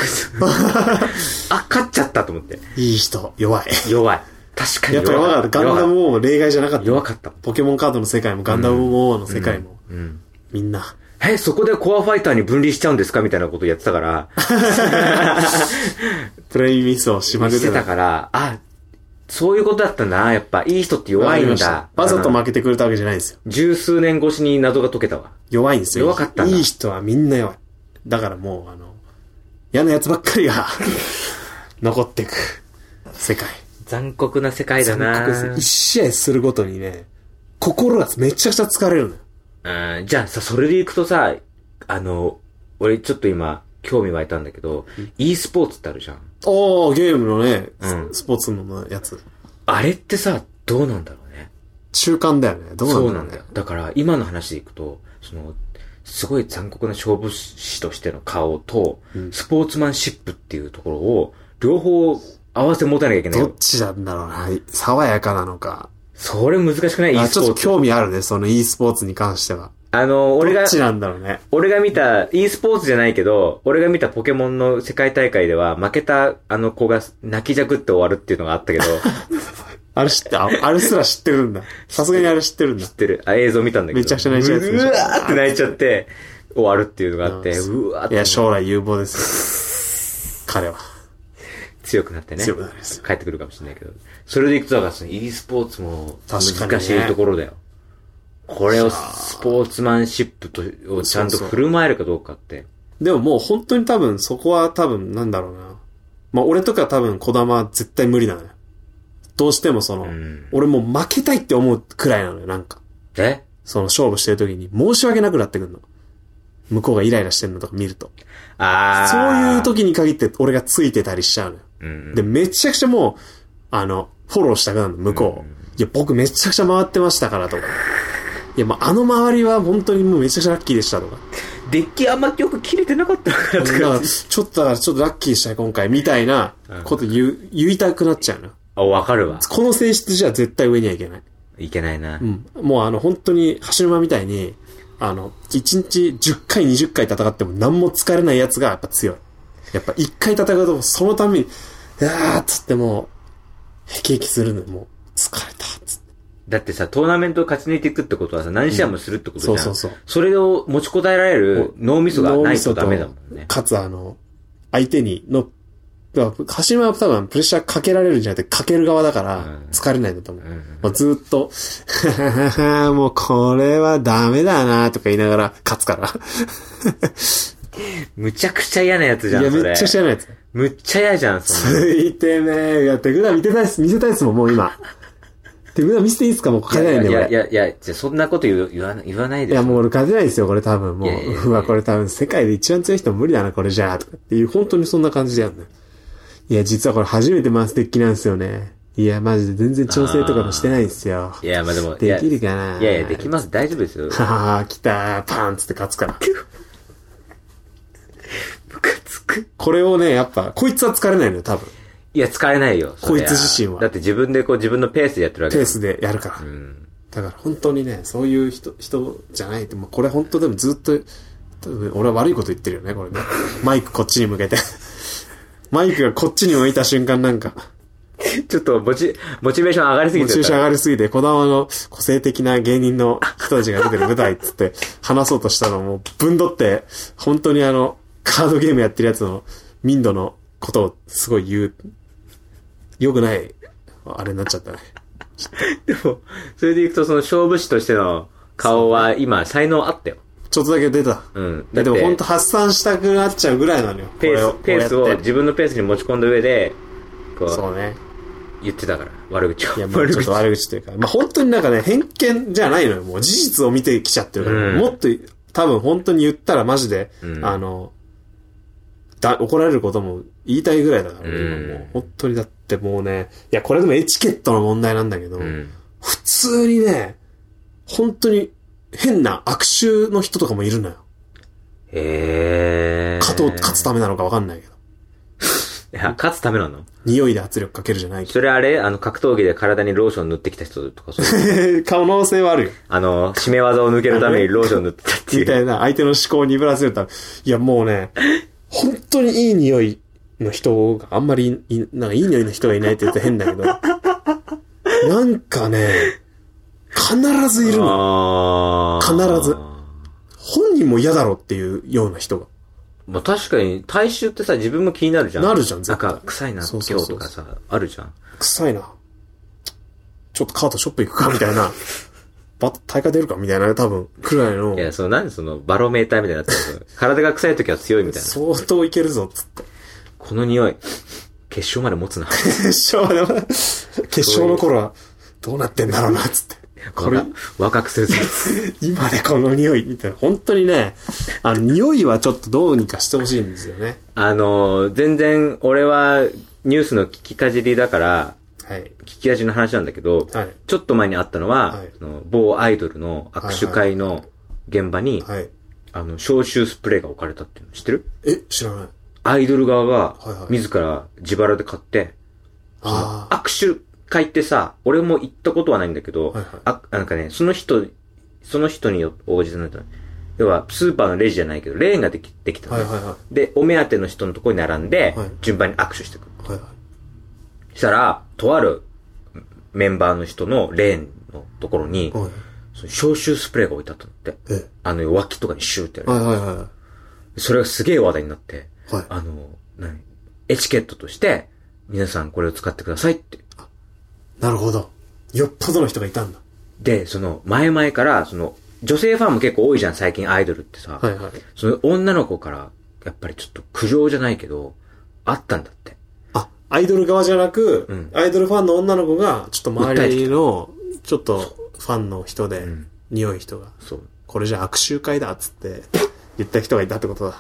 [SPEAKER 1] 勝っちゃったと思って。
[SPEAKER 3] いい人、弱い。
[SPEAKER 1] 弱い。確かに
[SPEAKER 3] やっぱり我がガンダム王も例外じゃなかった。
[SPEAKER 1] 弱かった。
[SPEAKER 3] ポケモンカードの世界もガンダム王の世界も、
[SPEAKER 1] うん。
[SPEAKER 3] みんな。
[SPEAKER 1] え、そこでコアファイターに分離しちゃうんですかみたいなことやってたから、
[SPEAKER 3] プレイミスをしまくっ
[SPEAKER 1] して
[SPEAKER 3] て
[SPEAKER 1] た
[SPEAKER 3] た。
[SPEAKER 1] から、あ、そういうことだったな。やっぱ、いい人って弱い
[SPEAKER 3] わかり
[SPEAKER 1] ん
[SPEAKER 3] ました
[SPEAKER 1] だ。
[SPEAKER 3] わざと
[SPEAKER 1] うん
[SPEAKER 3] 負けてくれたわけじゃないんですよ。
[SPEAKER 1] 十数年越しに謎が解けたわ。
[SPEAKER 3] 弱いんですよ。
[SPEAKER 1] 弱かったんだ
[SPEAKER 3] いい人はみんな弱い。だからもう、あの、嫌な奴ばっかりが、 [laughs] 残ってく。世界。
[SPEAKER 1] 残酷な世界だ
[SPEAKER 3] 残
[SPEAKER 1] な
[SPEAKER 3] 酷ですね。一試合するごとにね、心がめちゃくちゃ疲れるのよ。
[SPEAKER 1] うんじゃあさ、それでいくとさ、あの、俺ちょっと今、興味湧いたんだけど、e スポーツってあるじゃん。
[SPEAKER 3] おー、ゲームのね、
[SPEAKER 1] うん
[SPEAKER 3] スポーツのやつ。
[SPEAKER 1] あれってさ、どうなんだろうね。
[SPEAKER 3] 中間だよね。どう
[SPEAKER 1] そう
[SPEAKER 3] な
[SPEAKER 1] なん
[SPEAKER 3] んだ
[SPEAKER 1] だ
[SPEAKER 3] ろ
[SPEAKER 1] よ。だから、今の話でいくと、その、すごい残酷な勝負師としての顔と、スポーツマンシップっていうところを、両方合わせ持たなきゃいけ
[SPEAKER 3] う
[SPEAKER 1] ない
[SPEAKER 3] どっ
[SPEAKER 1] よ。
[SPEAKER 3] ちなんだろうな。爽やかなのか。
[SPEAKER 1] それ難しくない ?e
[SPEAKER 3] あ、
[SPEAKER 1] ス
[SPEAKER 3] ち
[SPEAKER 1] ポ
[SPEAKER 3] ょっと
[SPEAKER 1] ーツ。
[SPEAKER 3] 興味あるね、その e スポーツに関しては。
[SPEAKER 1] あの、俺
[SPEAKER 3] ど
[SPEAKER 1] が
[SPEAKER 3] っ、ちなんだろうね。
[SPEAKER 1] 俺が見た、e スポーツじゃないけど、俺が見たポケモンの世界大会では、負けたあの子が泣きじゃくって終わるっていうのがあ
[SPEAKER 3] [laughs]
[SPEAKER 1] ったけど、
[SPEAKER 3] あれ知って、ああれすら知ってる
[SPEAKER 1] [laughs]
[SPEAKER 3] んだ。さすがにあれ知ってるんだ
[SPEAKER 1] 知っ。てる。あ、映像見たんだけど。
[SPEAKER 3] めちゃくちゃ泣いちゃうやつ
[SPEAKER 1] う
[SPEAKER 3] でしょ
[SPEAKER 1] わーって泣いちゃって、終わるっていうのがあって、うわーっ
[SPEAKER 3] いや、
[SPEAKER 1] て
[SPEAKER 3] 将来有望です
[SPEAKER 1] [laughs]
[SPEAKER 3] よ。彼は。
[SPEAKER 1] 強くなってね。
[SPEAKER 3] 強くなるんですよ
[SPEAKER 1] 帰ってくるかもしれないけど。それでいくと、だからその e スポーツも
[SPEAKER 3] 確かにね
[SPEAKER 1] 難しいところだよ。これをスポーツマンシップと、をちゃんと
[SPEAKER 3] そうそう
[SPEAKER 1] 振る舞えるかどうかって。
[SPEAKER 3] でももう本当に多分、そこは多分、なんだろうな。まあ、俺とか多分、小玉は絶対無理なのよ。どうしてもその、
[SPEAKER 1] ん
[SPEAKER 3] 俺もう負けたいって思うくらいなのよ、なんか。
[SPEAKER 1] え
[SPEAKER 3] その勝負してる時に申し訳なくなってくるの。向こうがイライラしてるのとか見ると。
[SPEAKER 1] あ
[SPEAKER 3] そう
[SPEAKER 1] ー。
[SPEAKER 3] いう時に限って俺がついてたりしちゃうのよ。
[SPEAKER 1] うん。
[SPEAKER 3] で、めちゃくちゃもう、あの、フォローしたくなるの、向こう。いや、僕めちゃくちゃ回ってましたからとか。いや、まあ、あの周りは本当にもうめちゃくちゃラッキーでしたとか。
[SPEAKER 1] デッキあんまよく切れてなかったから
[SPEAKER 3] だ
[SPEAKER 1] と
[SPEAKER 3] か
[SPEAKER 1] か。
[SPEAKER 3] ら、ちょっとだからちょっとラッキーでしたね、今回、みたいなこと言う、言いたくなっちゃうの。
[SPEAKER 1] あ、わかるわ。
[SPEAKER 3] この性質じゃ絶対上にはいけない。
[SPEAKER 1] いけないな。
[SPEAKER 3] うん。もうあの、本当に、橋沼みたいに、あの、1日10回、20回戦っても何も疲れないやつがやっぱ強い。やっぱ1回戦うと、そのために、うわーっつってもう、へきへきするのよもう、疲れたっつって。
[SPEAKER 1] だってさ、トーナメントを勝ち抜いていくってことはさ、何試合もするってことじゃん。
[SPEAKER 3] うんそうそうそう。
[SPEAKER 1] それを持ちこたえられる脳みそがないとダメだもん
[SPEAKER 3] 脳みそ
[SPEAKER 1] ね。
[SPEAKER 3] とかつあの、相手に、の、だから橋島は多分プレッシャーかけられるんじゃなくてかける側だから
[SPEAKER 1] うん
[SPEAKER 3] 疲れないんだと思う。
[SPEAKER 1] うんうん
[SPEAKER 3] もうずっと、 [laughs] もうこれはダメだなとか言いながら勝つから。
[SPEAKER 1] むちゃくちゃ嫌なやつ
[SPEAKER 3] い
[SPEAKER 1] じゃ
[SPEAKER 3] や、
[SPEAKER 1] ん、それ。
[SPEAKER 3] めっちゃ知らないや [laughs] つ。
[SPEAKER 1] むっちゃ嫌じゃん、そんなの。
[SPEAKER 3] ついてねーやってくだ見てたいっす、見せたいっすもん、もう今。手札見せていいっすかもう勝てないんで、
[SPEAKER 1] い
[SPEAKER 3] 俺。
[SPEAKER 1] やい
[SPEAKER 3] いや、
[SPEAKER 1] やいや、いやそんなこと言う言わな言わないでしょ。
[SPEAKER 3] もう俺勝てないですよ、これ多分。も
[SPEAKER 1] いやいやいや
[SPEAKER 3] う、うわ、これ多分世界で一番強い人無理だな、これじゃあ、とかっていう、本当にそんな感じでやるのよ。いや、実はこれ初めて回すデッキなんですよね。いや、マジで全然調整とかもしてないんですよ。
[SPEAKER 1] いや、まあでも、
[SPEAKER 3] できる
[SPEAKER 1] い
[SPEAKER 3] かな
[SPEAKER 1] や
[SPEAKER 3] い
[SPEAKER 1] いやいや、できます。大丈夫ですよ。
[SPEAKER 3] はは [laughs] は、来たー、パンつって勝つから。
[SPEAKER 1] ムカつく。
[SPEAKER 3] これをね、やっぱ、こいつは疲れないのよ、多分。
[SPEAKER 1] いや、疲れないよ。そ
[SPEAKER 3] こい
[SPEAKER 1] りゃ
[SPEAKER 3] つ自身は
[SPEAKER 1] だって自分でこう、自分のペースでやってるわけ
[SPEAKER 3] ペ
[SPEAKER 1] だ
[SPEAKER 3] ー
[SPEAKER 1] もん
[SPEAKER 3] スでやるから。
[SPEAKER 1] うん。
[SPEAKER 3] だから本当にね、そういう人、人じゃないって、もうこれ本当でもずっと、多分俺は悪いこと言ってるよね、これね。マイクこっちに向けて。 [laughs] マイクがこっちに向いた瞬間なんか、
[SPEAKER 1] ちょっと、モチ、モチベーション上がりすぎ
[SPEAKER 3] モ
[SPEAKER 1] てた
[SPEAKER 3] チベーション上がりすぎて、こだまの個性的な芸人の人たちが出てる舞台っつって、話そうとしたのをもうぶんどって、本当にあの、カードゲームやってるやつの、民度のことをすごい言う、良くない、あれになっちゃったね。
[SPEAKER 1] でも、それでいくと、その勝負師としての顔は、今、才能あったよ。
[SPEAKER 3] ちょっとだけ出た。
[SPEAKER 1] うん。
[SPEAKER 3] いやでも本当発散したくなっちゃうぐらいなのよ。
[SPEAKER 1] ペー
[SPEAKER 3] こ
[SPEAKER 1] ス、
[SPEAKER 3] れ
[SPEAKER 1] ペース
[SPEAKER 3] こう
[SPEAKER 1] を
[SPEAKER 3] やって
[SPEAKER 1] 自分のペースに持ち込んだ上で、こ、
[SPEAKER 3] そううね。
[SPEAKER 1] 言ってたから、悪口を。
[SPEAKER 3] いや、まあちょっと悪口というか、まあ本当になんかね、偏見じゃないのよ。もう事実を見てきちゃってるから、
[SPEAKER 1] うん
[SPEAKER 3] もっと、多分本当に言ったらマジで、
[SPEAKER 1] うん
[SPEAKER 3] あの、だ、怒られることも言いたいぐらいだから、
[SPEAKER 1] うん
[SPEAKER 3] 今もう本当にだってもうね、いや、これでもエチケットの問題なんだけど、
[SPEAKER 1] うん。
[SPEAKER 3] 普通にね、本当に変な悪臭の人とかもいるのよ。
[SPEAKER 1] ええー。
[SPEAKER 3] 勝とう、勝つためなのかわかんない
[SPEAKER 1] [laughs]
[SPEAKER 3] けど。
[SPEAKER 1] いや、勝つためなの
[SPEAKER 3] 匂いで圧力かけるじゃないけ
[SPEAKER 1] それあれあの、格闘技で体にローション塗ってきた人とかそういう。 [laughs]
[SPEAKER 3] ど。可能性はあるよ。
[SPEAKER 1] あの、締め技を抜けるた
[SPEAKER 3] [laughs]
[SPEAKER 1] めにローション塗ってたってい
[SPEAKER 3] みた
[SPEAKER 1] う。
[SPEAKER 3] いな、相手の思考を鈍らせるため。いや、もうね、本当にいい匂いの人があんまりい、いなんかいい匂いの人がいないって言うと変だけど、なんかね、必ずいる
[SPEAKER 1] あ
[SPEAKER 3] の。
[SPEAKER 1] ー
[SPEAKER 3] 必ず本人も嫌だろっていうような人が。
[SPEAKER 1] まあ確かに、体臭ってさ、自分も気になるじゃん。
[SPEAKER 3] なるじゃん
[SPEAKER 1] な
[SPEAKER 3] 絶
[SPEAKER 1] ん
[SPEAKER 3] 対
[SPEAKER 1] か、臭いな、今
[SPEAKER 3] そう
[SPEAKER 1] 日
[SPEAKER 3] そうそう
[SPEAKER 1] とかさ、あるじゃん。
[SPEAKER 3] 臭いな。ちょっとカートショップ行くかみたいな。 [laughs] バッと大会出るかみたいな、多分、くらいの
[SPEAKER 1] い。や、その、何その、バロメーターみたいになって
[SPEAKER 3] [laughs]
[SPEAKER 1] る。体が臭い時は強いみたいな。
[SPEAKER 3] 相当いけるぞ、つって。
[SPEAKER 1] この匂い、決勝まで持つな。
[SPEAKER 3] [laughs] 決勝はね、決勝の頃は、どうなってんだろうな、つって。これ
[SPEAKER 1] 若、若くする
[SPEAKER 3] [laughs]
[SPEAKER 1] ぜ。
[SPEAKER 3] 今でこの匂い、みたいな。本当にね、あの、匂いはちょっとどうにかしてほしいんですよね。
[SPEAKER 1] あのー、全然、俺は、ニュースの聞きかじりだから、
[SPEAKER 3] はい。
[SPEAKER 1] 聞き味の話なんだけど、
[SPEAKER 3] はい
[SPEAKER 1] ちょっと前にあったのは、
[SPEAKER 3] はい
[SPEAKER 1] その某アイドルの握手会の現場に、
[SPEAKER 3] はい。
[SPEAKER 1] あの、消臭スプレーが置かれたっていうの知ってる
[SPEAKER 3] え、知らない。
[SPEAKER 1] アイドル側が
[SPEAKER 3] はいは、い
[SPEAKER 1] 自ら自腹で買って、
[SPEAKER 3] ああ。
[SPEAKER 1] 握手会ってさ、俺も行ったことはないんだけど、
[SPEAKER 3] はいはい
[SPEAKER 1] あなんかね、その人、その人によ応じてないと、要は、スーパーのレジじゃないけど、レーンができできたの
[SPEAKER 3] はい
[SPEAKER 1] ね、
[SPEAKER 3] はいは
[SPEAKER 1] で、お目当ての人のところに並んで、
[SPEAKER 3] はい
[SPEAKER 1] 順番に握手していく。
[SPEAKER 3] い。はいはい。
[SPEAKER 1] したら、とあるメンバーの人のレーンのところに、
[SPEAKER 3] はい。
[SPEAKER 1] その消臭スプレーが置いてあったのって。
[SPEAKER 3] え、
[SPEAKER 1] あの、脇とかにシューってやる。
[SPEAKER 3] はいはいは
[SPEAKER 1] それがすげえ話題になって、
[SPEAKER 3] い。はい。
[SPEAKER 1] あの、何エチケットとして、皆さんこれを使ってくださいって。
[SPEAKER 3] なるほど。よっぽどの人がいたんだ。
[SPEAKER 1] で、その、前々から、その、女性ファンも結構多いじゃん、最近アイドルってさ。
[SPEAKER 3] はいはい。
[SPEAKER 1] その女の子から、やっぱりちょっと苦情じゃないけど、あったんだって。
[SPEAKER 3] あ、アイドル側じゃなく、
[SPEAKER 1] うん
[SPEAKER 3] アイドルファンの女の子が、ちょっと
[SPEAKER 1] 訴え
[SPEAKER 3] 周
[SPEAKER 1] てき
[SPEAKER 3] りの、ちょっとファンの人で、
[SPEAKER 1] ん
[SPEAKER 3] 匂い人が、
[SPEAKER 1] そう。
[SPEAKER 3] これじゃ握手会だっつって、言った人がいたってことだ。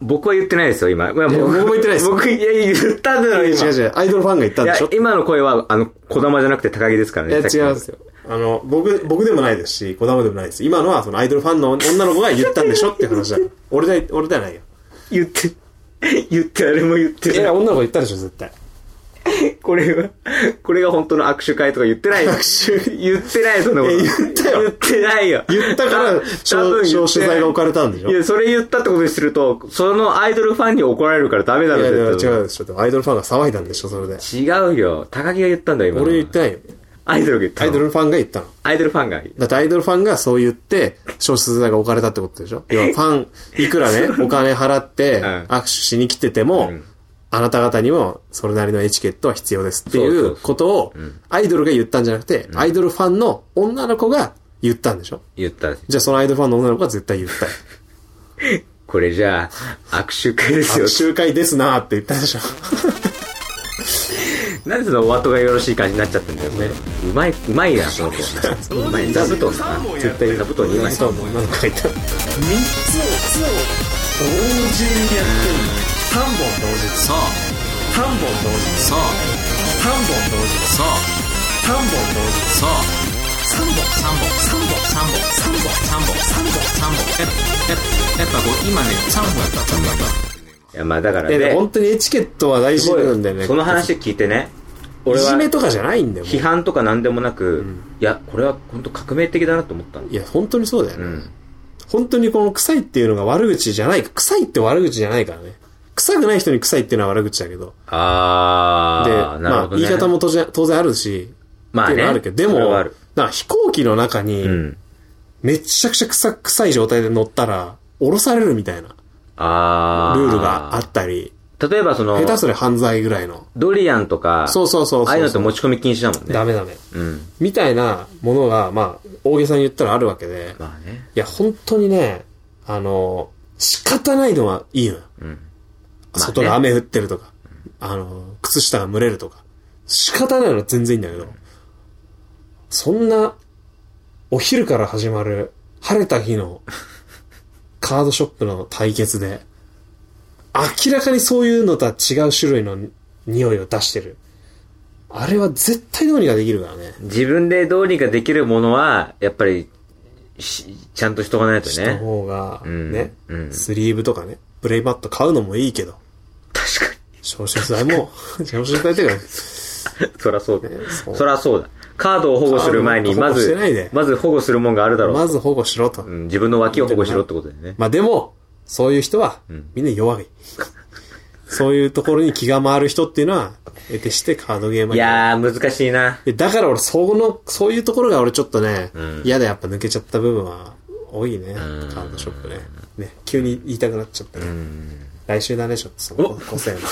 [SPEAKER 1] 僕は言ってないですよ、今。いや
[SPEAKER 3] いや僕も言ってないです
[SPEAKER 1] 僕、いや、言ったんだよ、
[SPEAKER 3] 違う
[SPEAKER 1] 今。
[SPEAKER 3] 違う、アイドルファンが言ったん
[SPEAKER 1] い
[SPEAKER 3] で
[SPEAKER 1] や
[SPEAKER 3] しょ、
[SPEAKER 1] 今の声は、あの、小玉じゃなくて高木ですから
[SPEAKER 3] いや、
[SPEAKER 1] ね。
[SPEAKER 3] 違うんですよ。あの、僕、僕でもないですし、小玉でもないです。今のは、そのアイドルファンの女の子が言ったんでしょっていう話だ。俺で、俺ではないよ。
[SPEAKER 1] 言って、言って、あれも言って
[SPEAKER 3] い
[SPEAKER 1] る。
[SPEAKER 3] や、女の子言ったでしょ、絶対。
[SPEAKER 1] これは、これが本当の握手会とか言ってないよ。握手言ってない、そんなこと。
[SPEAKER 3] え言ったよ
[SPEAKER 1] 言ってないよ。
[SPEAKER 3] 言ったから、
[SPEAKER 1] 多分言って
[SPEAKER 3] 少取材が置かれたんでしょ
[SPEAKER 1] いや、それ言ったってことにすると、そのアイドルファンに怒られるからダメだ
[SPEAKER 3] い
[SPEAKER 1] ろ、
[SPEAKER 3] や、いや違う
[SPEAKER 1] 絶対
[SPEAKER 3] でしょ。でもアイドルファンが騒いだんでしょ、それで。
[SPEAKER 1] 違うよ。高木が言ったんだよ、今の。
[SPEAKER 3] 俺言ってないよ。
[SPEAKER 1] アイドルが言った
[SPEAKER 3] ア
[SPEAKER 1] の。
[SPEAKER 3] イドルファンが言ったの。
[SPEAKER 1] アイドルファンが。
[SPEAKER 3] だってアイドルファンがそう言って、消失剤が置かれたってことでしょ要はファン、いく
[SPEAKER 1] [laughs]
[SPEAKER 3] らね、お金払って、
[SPEAKER 1] ん
[SPEAKER 3] 握手しに来てても、
[SPEAKER 1] ん
[SPEAKER 3] あなた方にも、それなりのエチケットは必要ですってい
[SPEAKER 1] そうそう
[SPEAKER 3] う
[SPEAKER 1] そう
[SPEAKER 3] ことを、アイドルが言ったんじゃなくて、アイドルファンの女の子が言ったんでしょ
[SPEAKER 1] 言ったらしい。
[SPEAKER 3] じゃあそのアイドルファンの女の子は絶対言った。
[SPEAKER 1] これじゃあ、握手会です [laughs] よ
[SPEAKER 3] 握。手会ですなーって言っ
[SPEAKER 1] [laughs]
[SPEAKER 3] たでしょ
[SPEAKER 1] なんでそのお後がよろしい感じになっちゃってんだよ、これ。うまい、うまいな、その
[SPEAKER 3] [laughs]
[SPEAKER 1] 子。うまい。座布団だな。絶対座布団2枚。
[SPEAKER 3] そう、女の子が言った。
[SPEAKER 4] そうそうそうそう三本三本三本三本三本三本三本三本ええやっぱこう今ね三本やった三本やった
[SPEAKER 1] いや、まあだから
[SPEAKER 3] いやでも
[SPEAKER 1] ね
[SPEAKER 3] 本、当にエチケットは大
[SPEAKER 1] す
[SPEAKER 3] 事
[SPEAKER 1] ごい
[SPEAKER 3] なんだよね。
[SPEAKER 1] その話聞いてね、
[SPEAKER 3] い
[SPEAKER 1] 俺
[SPEAKER 3] じ
[SPEAKER 1] は
[SPEAKER 3] めとかじゃないんだよ。もう
[SPEAKER 1] 批判とか何でもなく、いや、これは本当革命的だなと思ったの
[SPEAKER 3] いや、本当にそうだよ
[SPEAKER 1] う
[SPEAKER 3] ね。
[SPEAKER 1] ん。
[SPEAKER 3] 本当にこの臭いっていうのが悪口じゃない。臭いって悪口じゃないからね。臭くない人に臭いっていうのは悪口だけど。
[SPEAKER 1] あ
[SPEAKER 3] で、
[SPEAKER 1] ー、なる
[SPEAKER 3] ま
[SPEAKER 1] ほ
[SPEAKER 3] あ、
[SPEAKER 1] ど、
[SPEAKER 3] 言
[SPEAKER 1] ね。
[SPEAKER 3] い方も当然当然あるし、
[SPEAKER 1] まあね
[SPEAKER 3] っていうのはあるけど、で
[SPEAKER 1] それ
[SPEAKER 3] も、
[SPEAKER 1] はあ
[SPEAKER 3] なん
[SPEAKER 1] る
[SPEAKER 3] か飛行機の中に
[SPEAKER 1] う、ん。
[SPEAKER 3] めちゃくちゃ臭臭い状態で乗ったら、降ろされるみたいなル
[SPEAKER 1] あー。
[SPEAKER 3] ールがあったり、
[SPEAKER 1] 例えばその
[SPEAKER 3] 下、手すりゃ犯罪ぐらいの。
[SPEAKER 1] ドリアンとか、
[SPEAKER 3] そうそうそうそう。
[SPEAKER 1] ああいうのって持ち込み禁止だもんね。
[SPEAKER 3] ダメダメ。
[SPEAKER 1] うん。
[SPEAKER 3] みたいなものが、まあ、大げさに言ったらあるわけで、
[SPEAKER 1] まあね。
[SPEAKER 3] いや、本当にね、あの、仕方ないのはいいのよ。
[SPEAKER 1] うん。あね
[SPEAKER 3] 外で雨降ってるとか、あの、靴下が蒸れるとか。仕方ないのは全然いいんだけど、そんな、お昼から始まる、晴れた日の、カードショップの対決で、明らかにそういうのとは違う種類の匂いを出してる。あれは絶対どうにかできるからね。
[SPEAKER 1] 自分でどうにかできるものは、やっぱり、しちゃんとしとかないと
[SPEAKER 3] した
[SPEAKER 1] ね。
[SPEAKER 3] 方が、
[SPEAKER 1] うん
[SPEAKER 3] ね、
[SPEAKER 1] うん
[SPEAKER 3] スリーブとかね、ブレイマット買うのもいいけど、
[SPEAKER 1] 確か
[SPEAKER 3] 消臭剤も、
[SPEAKER 1] [laughs]
[SPEAKER 3] 消臭剤っていうか、
[SPEAKER 1] に。そらそうだ。
[SPEAKER 3] そう
[SPEAKER 1] そらそうだ。カードを保護する前に、
[SPEAKER 3] カー
[SPEAKER 1] ま
[SPEAKER 3] ドを保護し
[SPEAKER 1] ず
[SPEAKER 3] てないで、
[SPEAKER 1] まず保護するもんがあるだろう。
[SPEAKER 3] まず保護しろと。
[SPEAKER 1] うん、自分の脇を保護しろってことだよね。
[SPEAKER 3] まあでも、そういう人は、みんな弱い。そういうところに気が回る人っていうのは、得てしてカードゲーム
[SPEAKER 1] いやー、難しいな。
[SPEAKER 3] でだから俺、その、そういうところが俺ちょっとね、嫌、だ、やっぱ抜けちゃった部分は多いね、カードショップね。ね、急に言いたくなっちゃったね。来週だね、ちょっとその5000円の。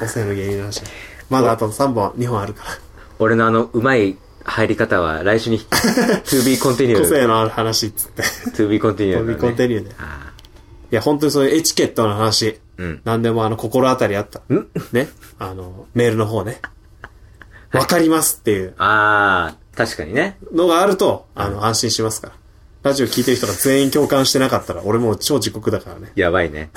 [SPEAKER 3] 5000円の芸人の話。まだあと3本、2本あるから。
[SPEAKER 1] 俺のあの、うまい入り方は来週に、to
[SPEAKER 3] [laughs]
[SPEAKER 1] be
[SPEAKER 3] 個性
[SPEAKER 1] continued。
[SPEAKER 3] のある話っつって。
[SPEAKER 1] to be continued だね。
[SPEAKER 3] to be continued ね
[SPEAKER 1] あ
[SPEAKER 3] いや、本当にそういうエチケットの話。
[SPEAKER 1] うん
[SPEAKER 3] 何でもあの、心当たりあった。ね。あの、メールの方ね。わかりますっていう
[SPEAKER 1] ーあー、確かにね。
[SPEAKER 3] のがあると、あの、安心しますから。ラジオ聞いてる人が全員共感してなかったら、俺もう超時刻だからね。
[SPEAKER 1] やばい
[SPEAKER 3] [laughs]
[SPEAKER 1] ね。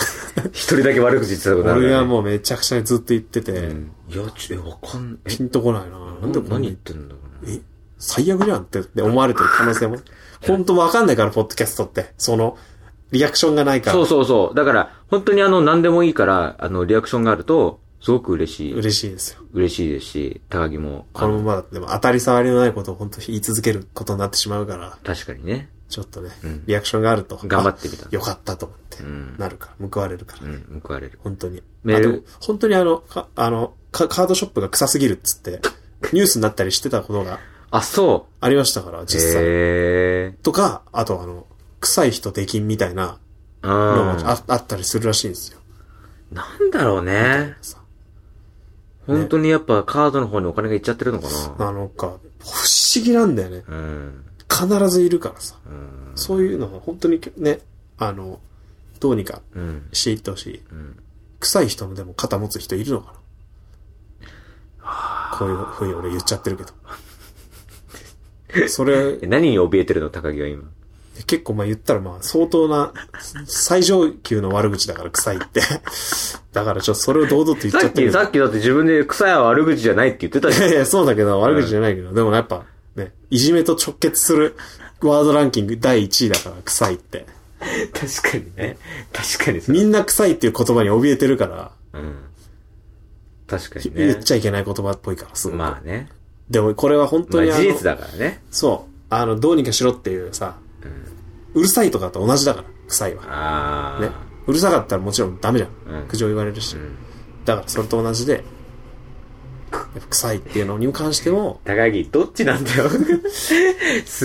[SPEAKER 1] 一人だけ悪口言ってたことある、ね。
[SPEAKER 3] 俺がもうめちゃくちゃにずっと言ってて、
[SPEAKER 1] うん。いや、ちょ、え、わかん、え
[SPEAKER 3] ピ、ンとこないな。なんでこんな
[SPEAKER 1] 何
[SPEAKER 3] に
[SPEAKER 1] 言ってんだろうね。
[SPEAKER 3] え、最悪じゃんってって思われてる可能性も。本当わかんないから、ポッドキャストって。その、リアクションがないから。
[SPEAKER 1] そうそうそう。だから、本当にあの、何でもいいから、あの、リアクションがあると、すごく嬉しい。
[SPEAKER 3] 嬉しいですよ。
[SPEAKER 1] 嬉しいですし、高木も、あ
[SPEAKER 3] こ
[SPEAKER 1] の
[SPEAKER 3] のままだとでも当たり障りのないことを本当言い続けることになってしまうから、
[SPEAKER 1] 確かにね。
[SPEAKER 3] ちょっとね、
[SPEAKER 1] ん
[SPEAKER 3] リアクションがあると。
[SPEAKER 1] 頑張ってみた
[SPEAKER 3] あよかったと思って。
[SPEAKER 1] ん
[SPEAKER 3] なるから、報われるから。
[SPEAKER 1] うん、報われる。
[SPEAKER 3] 本当に。
[SPEAKER 1] メール
[SPEAKER 3] あでも本当にあの、かあのかカードショップが臭すぎるっつって、ニュースになったりしてたことが
[SPEAKER 1] あ、そ
[SPEAKER 3] ありましたから、
[SPEAKER 1] う。
[SPEAKER 3] 実際。
[SPEAKER 1] へえ。
[SPEAKER 3] とか、あとあの、臭い人出禁みたいな
[SPEAKER 1] う
[SPEAKER 3] のも
[SPEAKER 1] ん。
[SPEAKER 3] あ,、あったりするらしいんですよ。
[SPEAKER 1] なんだろうね。
[SPEAKER 3] さ
[SPEAKER 1] 本当にやっぱカードの方にお金がいっちゃってるのかな。
[SPEAKER 3] なのか、不思議なんだよね。
[SPEAKER 1] うん。
[SPEAKER 3] 必ずいるからさ。
[SPEAKER 1] うん。
[SPEAKER 3] そういうのは本当にね、あの、どうにか
[SPEAKER 1] うん。
[SPEAKER 3] していってほしい。
[SPEAKER 1] ん
[SPEAKER 3] 臭い人もでも肩持つ人いるのかなこういうふうに俺言っちゃってるけど。それ
[SPEAKER 1] え、何に怯えてるの、高木は今。
[SPEAKER 3] 結構まあ言ったらまあ相当な最上級の悪口だから臭いって。 [laughs] だからちょっとそれを堂々と言っち
[SPEAKER 1] さ
[SPEAKER 3] ゃ
[SPEAKER 1] っ
[SPEAKER 3] ってる
[SPEAKER 1] き、
[SPEAKER 3] けど
[SPEAKER 1] さっきだって自分で草や悪口じゃないって言ってた
[SPEAKER 3] い
[SPEAKER 1] じゃん
[SPEAKER 3] [laughs] や。いや、そうだけど、悪口じゃないけど、でもやっぱ、ね、いじめと直結するワードランキング第1位だから、臭いって。
[SPEAKER 1] 確かにね。確かにそれ
[SPEAKER 3] みんな臭いっていう言葉に怯えてるから、
[SPEAKER 1] うん。確かに
[SPEAKER 3] 言っ
[SPEAKER 1] ね。
[SPEAKER 3] ちゃいけない言葉っぽいから、すごく。
[SPEAKER 1] まあね。
[SPEAKER 3] でもこれは本
[SPEAKER 1] ま
[SPEAKER 3] 当
[SPEAKER 1] あ
[SPEAKER 3] にあ
[SPEAKER 1] 事
[SPEAKER 3] の、
[SPEAKER 1] 実だからね。
[SPEAKER 3] そう、あの、どうにかしろっていうさ、うるさいとかと同じだから、臭いは。
[SPEAKER 1] ああ。
[SPEAKER 3] ね。うるさかったらもちろんダメじゃん。
[SPEAKER 1] うん
[SPEAKER 3] 苦情言われるし。だからそれと同じで、やっぱ臭いっていうのに関しても、
[SPEAKER 1] 高木、どっちなんだよ。 [laughs] す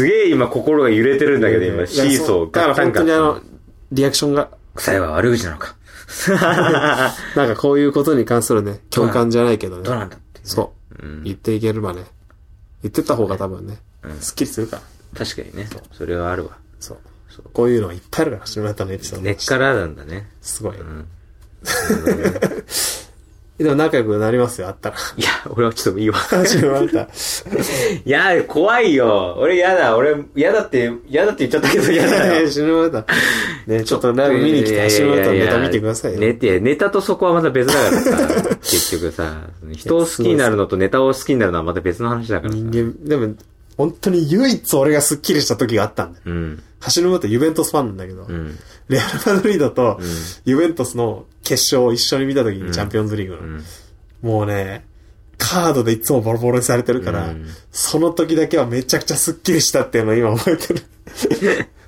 [SPEAKER 1] げえ今心が揺れてるんだけど、今、シーソー、
[SPEAKER 3] だか
[SPEAKER 1] ガッタ
[SPEAKER 3] ら
[SPEAKER 1] ン
[SPEAKER 3] 本当にあ
[SPEAKER 1] ガ
[SPEAKER 3] の
[SPEAKER 1] ン。、
[SPEAKER 3] リアクションが
[SPEAKER 1] 臭いは悪口なのか。
[SPEAKER 3] なんかこういうことに関するね、共感じゃないけどね。
[SPEAKER 1] どうなんだって。
[SPEAKER 3] そう、言っていければね。言ってった方が多分ね、すっきりするから。
[SPEAKER 1] 確かにね。それはあるわ。
[SPEAKER 3] そう。
[SPEAKER 1] そう
[SPEAKER 3] こういうのがいっぱいあるから、橋村たのエピソード。
[SPEAKER 1] 根っからなんだね。
[SPEAKER 3] すごい、
[SPEAKER 1] ん
[SPEAKER 3] でも仲良くなりますよ、あったら。
[SPEAKER 1] [laughs] [laughs] いや、俺はちょっともういい
[SPEAKER 3] [laughs]
[SPEAKER 1] わ。
[SPEAKER 3] 橋村た。
[SPEAKER 1] いや、怖いよ。俺嫌だ。俺、嫌だって、嫌だって言っちゃったけど嫌だよ。
[SPEAKER 3] 橋村た。ね、ちょっとライブ見に
[SPEAKER 1] いや
[SPEAKER 3] 来て、
[SPEAKER 1] いや
[SPEAKER 3] 橋
[SPEAKER 1] いや
[SPEAKER 3] 村
[SPEAKER 1] い
[SPEAKER 3] た
[SPEAKER 1] や
[SPEAKER 3] のネタ見てくださいよ。
[SPEAKER 1] ネタいやネタとそこはまた別だから
[SPEAKER 3] [laughs]
[SPEAKER 1] さ。結局さ、人を好きになるのとネタを好きになるのはまた別の話だからさ
[SPEAKER 3] 人。間、でも、本当に唯一俺がスッキリした時があったんだよ。
[SPEAKER 1] うん。
[SPEAKER 3] 橋村たユベントスファンなんだけど、
[SPEAKER 1] うん。
[SPEAKER 3] レアル・マドリードと、ユベントスの決勝を一緒に見た時にチャンピオンズリーグの。
[SPEAKER 1] ん
[SPEAKER 3] もうね、カードでいつもボロボロにされてるから、
[SPEAKER 1] うん
[SPEAKER 3] その時だけはめちゃくちゃスッキリしたっていうのを今覚えてる。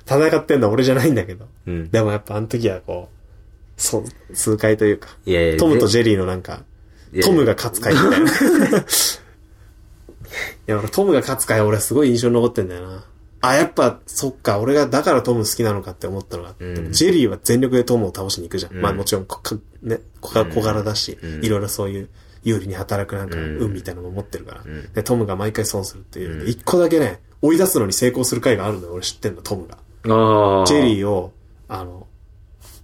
[SPEAKER 3] 戦ってんのは俺じゃないんだけど。
[SPEAKER 1] うん
[SPEAKER 3] でもやっぱあの時はこう、そう、数回というか、
[SPEAKER 1] いやいや
[SPEAKER 3] トムとジェリーのなんか、
[SPEAKER 1] いや
[SPEAKER 3] トムが勝つ回みた
[SPEAKER 1] [laughs]
[SPEAKER 3] いな。いや、俺トムが勝つ回俺すごい印象に残ってんだよな。あ、やっぱ、そっか、俺がだからトム好きなのかって思ったのがあって、
[SPEAKER 1] うん
[SPEAKER 3] でもジェリーは全力でトムを倒しに行くじゃん。
[SPEAKER 1] うん
[SPEAKER 3] まあもちろんこか、ね、こか小柄だし、
[SPEAKER 1] うん
[SPEAKER 3] いろいろそういう有利に働くなんか、
[SPEAKER 1] うん
[SPEAKER 3] 運みたいなのも持ってるから、
[SPEAKER 1] ん
[SPEAKER 3] で、トムが毎回損するっていう、
[SPEAKER 1] うん
[SPEAKER 3] 一個だけね、追い出すのに成功する回があるんだよ、俺知ってんの、トムが。
[SPEAKER 1] ああ。
[SPEAKER 3] ジェリーを、あの、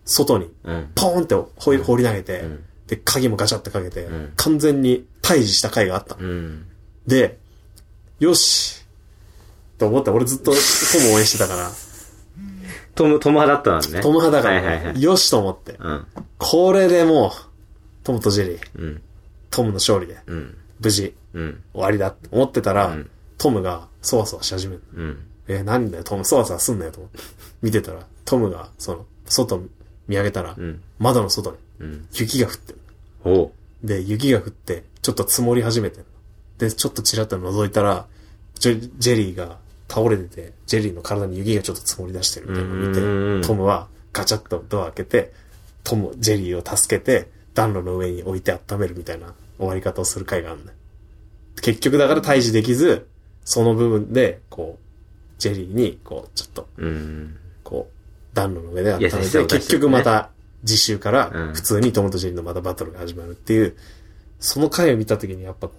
[SPEAKER 3] 外に
[SPEAKER 1] うん。
[SPEAKER 3] ポーンって放り放り投げて、
[SPEAKER 1] うん
[SPEAKER 3] で、鍵もガチャってかけて、
[SPEAKER 1] ん
[SPEAKER 3] 完全に退治した回があったの。
[SPEAKER 1] うん。
[SPEAKER 3] で、よしと思って、俺ずっとトムを応援してたから、 [laughs]
[SPEAKER 1] トム、トム派だったのね。
[SPEAKER 3] トム派だから、
[SPEAKER 1] はいはいはい。
[SPEAKER 3] よしと思って。
[SPEAKER 1] うん。
[SPEAKER 3] これでもう、トムとジェリー、
[SPEAKER 1] うん。
[SPEAKER 3] トムの勝利で、
[SPEAKER 1] うん。
[SPEAKER 3] 無事、
[SPEAKER 1] うん。
[SPEAKER 3] 終わりだって思ってたら、
[SPEAKER 1] うん
[SPEAKER 3] トムが、そわそわし始める。
[SPEAKER 1] うん。
[SPEAKER 3] え、なんだよ、トム、そわそわすんなよ、と思って。見てたら、トムが、その、外見上げたら、
[SPEAKER 1] ん
[SPEAKER 3] 窓の外に、
[SPEAKER 1] うん。
[SPEAKER 3] 雪が降ってる。
[SPEAKER 1] おう。
[SPEAKER 3] で、雪が降って、ちょっと積もり始めてんの。で、ちょっとちらっと覗いたら、ジェジェリーが倒れてて、ジェリーの体に雪がちょっと積もり出してるみたいなのを
[SPEAKER 1] うんうんう
[SPEAKER 3] 見
[SPEAKER 1] ん
[SPEAKER 3] て、トムはガチャッとドア開けて、トム、ジェリーを助けて、暖炉の上に置いて温めるみたいな終わり方をする回があるね。結局だから退治できず、その部分で、こう、ジェリーに、こう、ちょっと、
[SPEAKER 1] うん。
[SPEAKER 3] こう、暖炉の上で温めて、
[SPEAKER 1] 優しさを出してるね
[SPEAKER 3] 結局また、次週から
[SPEAKER 1] うん、
[SPEAKER 3] 普通にトムとジェリーのまたバトルが始まるっていう、その回を見たときにやっぱこ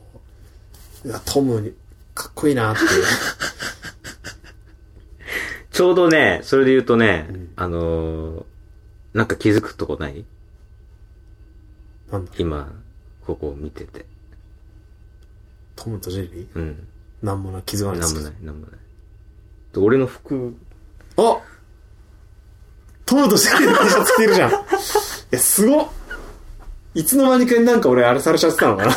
[SPEAKER 3] う、うわトムに、かっこいいなって
[SPEAKER 1] [laughs]
[SPEAKER 3] いう。
[SPEAKER 1] ちょうどね、それで言うとね、
[SPEAKER 3] うん
[SPEAKER 1] あのーなんか気づくとこない
[SPEAKER 3] なんだろう、
[SPEAKER 1] 今、ここを見てて。
[SPEAKER 3] トムとジェリー
[SPEAKER 1] うん。
[SPEAKER 3] なんもな、気づかないで
[SPEAKER 1] なん
[SPEAKER 3] す
[SPEAKER 1] も
[SPEAKER 3] けど
[SPEAKER 1] ない、なんもない。で俺の服、
[SPEAKER 3] あトムとシェリーの T シャツ着てるじゃん。いや、すごっいつの間にかになんか俺あれされちゃってたのかな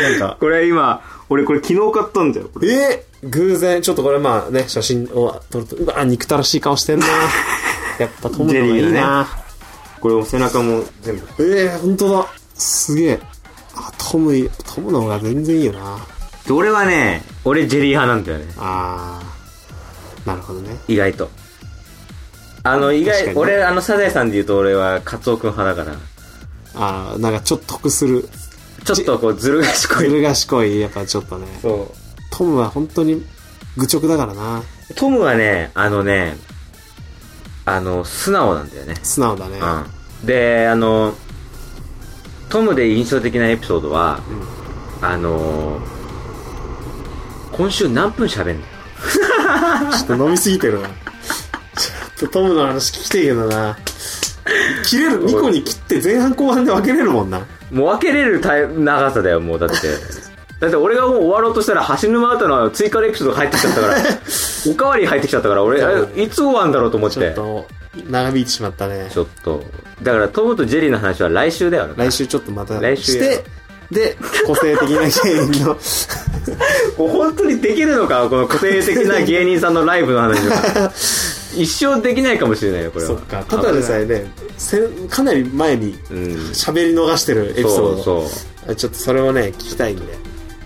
[SPEAKER 3] なんか、
[SPEAKER 1] これ今、俺これ昨日買ったんだよ、これ。
[SPEAKER 3] えー、偶然、ちょっとこれまあね、写真を撮ると、うわ、憎たらしい顔してん [laughs] なやっぱトムの方がいい
[SPEAKER 1] ジェリー
[SPEAKER 3] な、
[SPEAKER 1] がこれ背中も全部。
[SPEAKER 3] ええー、本当だ。すげえ。あ、トムいい、トムの方が全然いいよな
[SPEAKER 1] で、俺はね、俺ジェリー派なんだよね。
[SPEAKER 3] あー、なるほどね。
[SPEAKER 1] 意外と。あの、意
[SPEAKER 3] 確か
[SPEAKER 1] 外、
[SPEAKER 3] にね
[SPEAKER 1] 俺、あの、サザエさんで言うと俺はカツオくん派だから、
[SPEAKER 3] あー、なんかちょっと得する。
[SPEAKER 1] ちょっとこう、ずる賢
[SPEAKER 3] ず
[SPEAKER 1] い。
[SPEAKER 3] る賢い、やっぱちょっとね。
[SPEAKER 1] そう。
[SPEAKER 3] トムは本当に愚直だからな
[SPEAKER 1] トムはね、あのね、あの、素直なんだよね。
[SPEAKER 3] 素直だね。
[SPEAKER 1] うん。で、あの、トムで印象的なエピソードは、あの、今週何分喋んの
[SPEAKER 3] ちょっと飲みすぎてるな。ちょっとトムの話聞きてえけどな。切れる、2個に切って前半後半で分けれるもんな。
[SPEAKER 1] もう分けれるタイ長さだよ、もうだ [laughs] って。だって俺がもう終わろうとしたら、橋沼アートの追加のエピソードが入ってきちゃった [laughs] から、おかわり入ってきちゃったから、俺、あれいつ終わんだろうと思っ
[SPEAKER 3] ちょ
[SPEAKER 1] て
[SPEAKER 3] っ。と、長引いてしまったね
[SPEAKER 1] ち。ょっと。だから、トムとジェリーの話は来週だよね。
[SPEAKER 3] 来週ちょっとまた
[SPEAKER 1] 来週
[SPEAKER 3] し
[SPEAKER 1] や
[SPEAKER 3] て、で、個性的な芸人
[SPEAKER 1] [laughs]
[SPEAKER 3] の、
[SPEAKER 1] [laughs] これ本当にできるのか、この個性的な芸人さんのライブの話が。 [laughs] 一生できないかもしれないよ、これは。
[SPEAKER 3] そっか、ただでさえね、せんかなり前に
[SPEAKER 1] うん。
[SPEAKER 3] 喋り逃してるエピソー
[SPEAKER 1] そ
[SPEAKER 3] ド。
[SPEAKER 1] うそう。
[SPEAKER 3] あちょっとそれをね、聞きたいんで。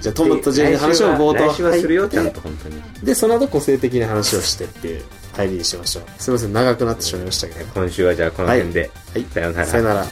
[SPEAKER 3] じゃあ、トムとジェリーの話を冒頭
[SPEAKER 1] 来週はするよ、
[SPEAKER 3] 入って
[SPEAKER 1] ちゃんと、本当に。
[SPEAKER 3] で、その後個性的な話をしてっていう入りにしましょう。すいません、長くなってしまいましたけど。
[SPEAKER 1] 今週はじゃあ、この辺で。
[SPEAKER 3] はい
[SPEAKER 1] さようなら
[SPEAKER 3] さよ。なら。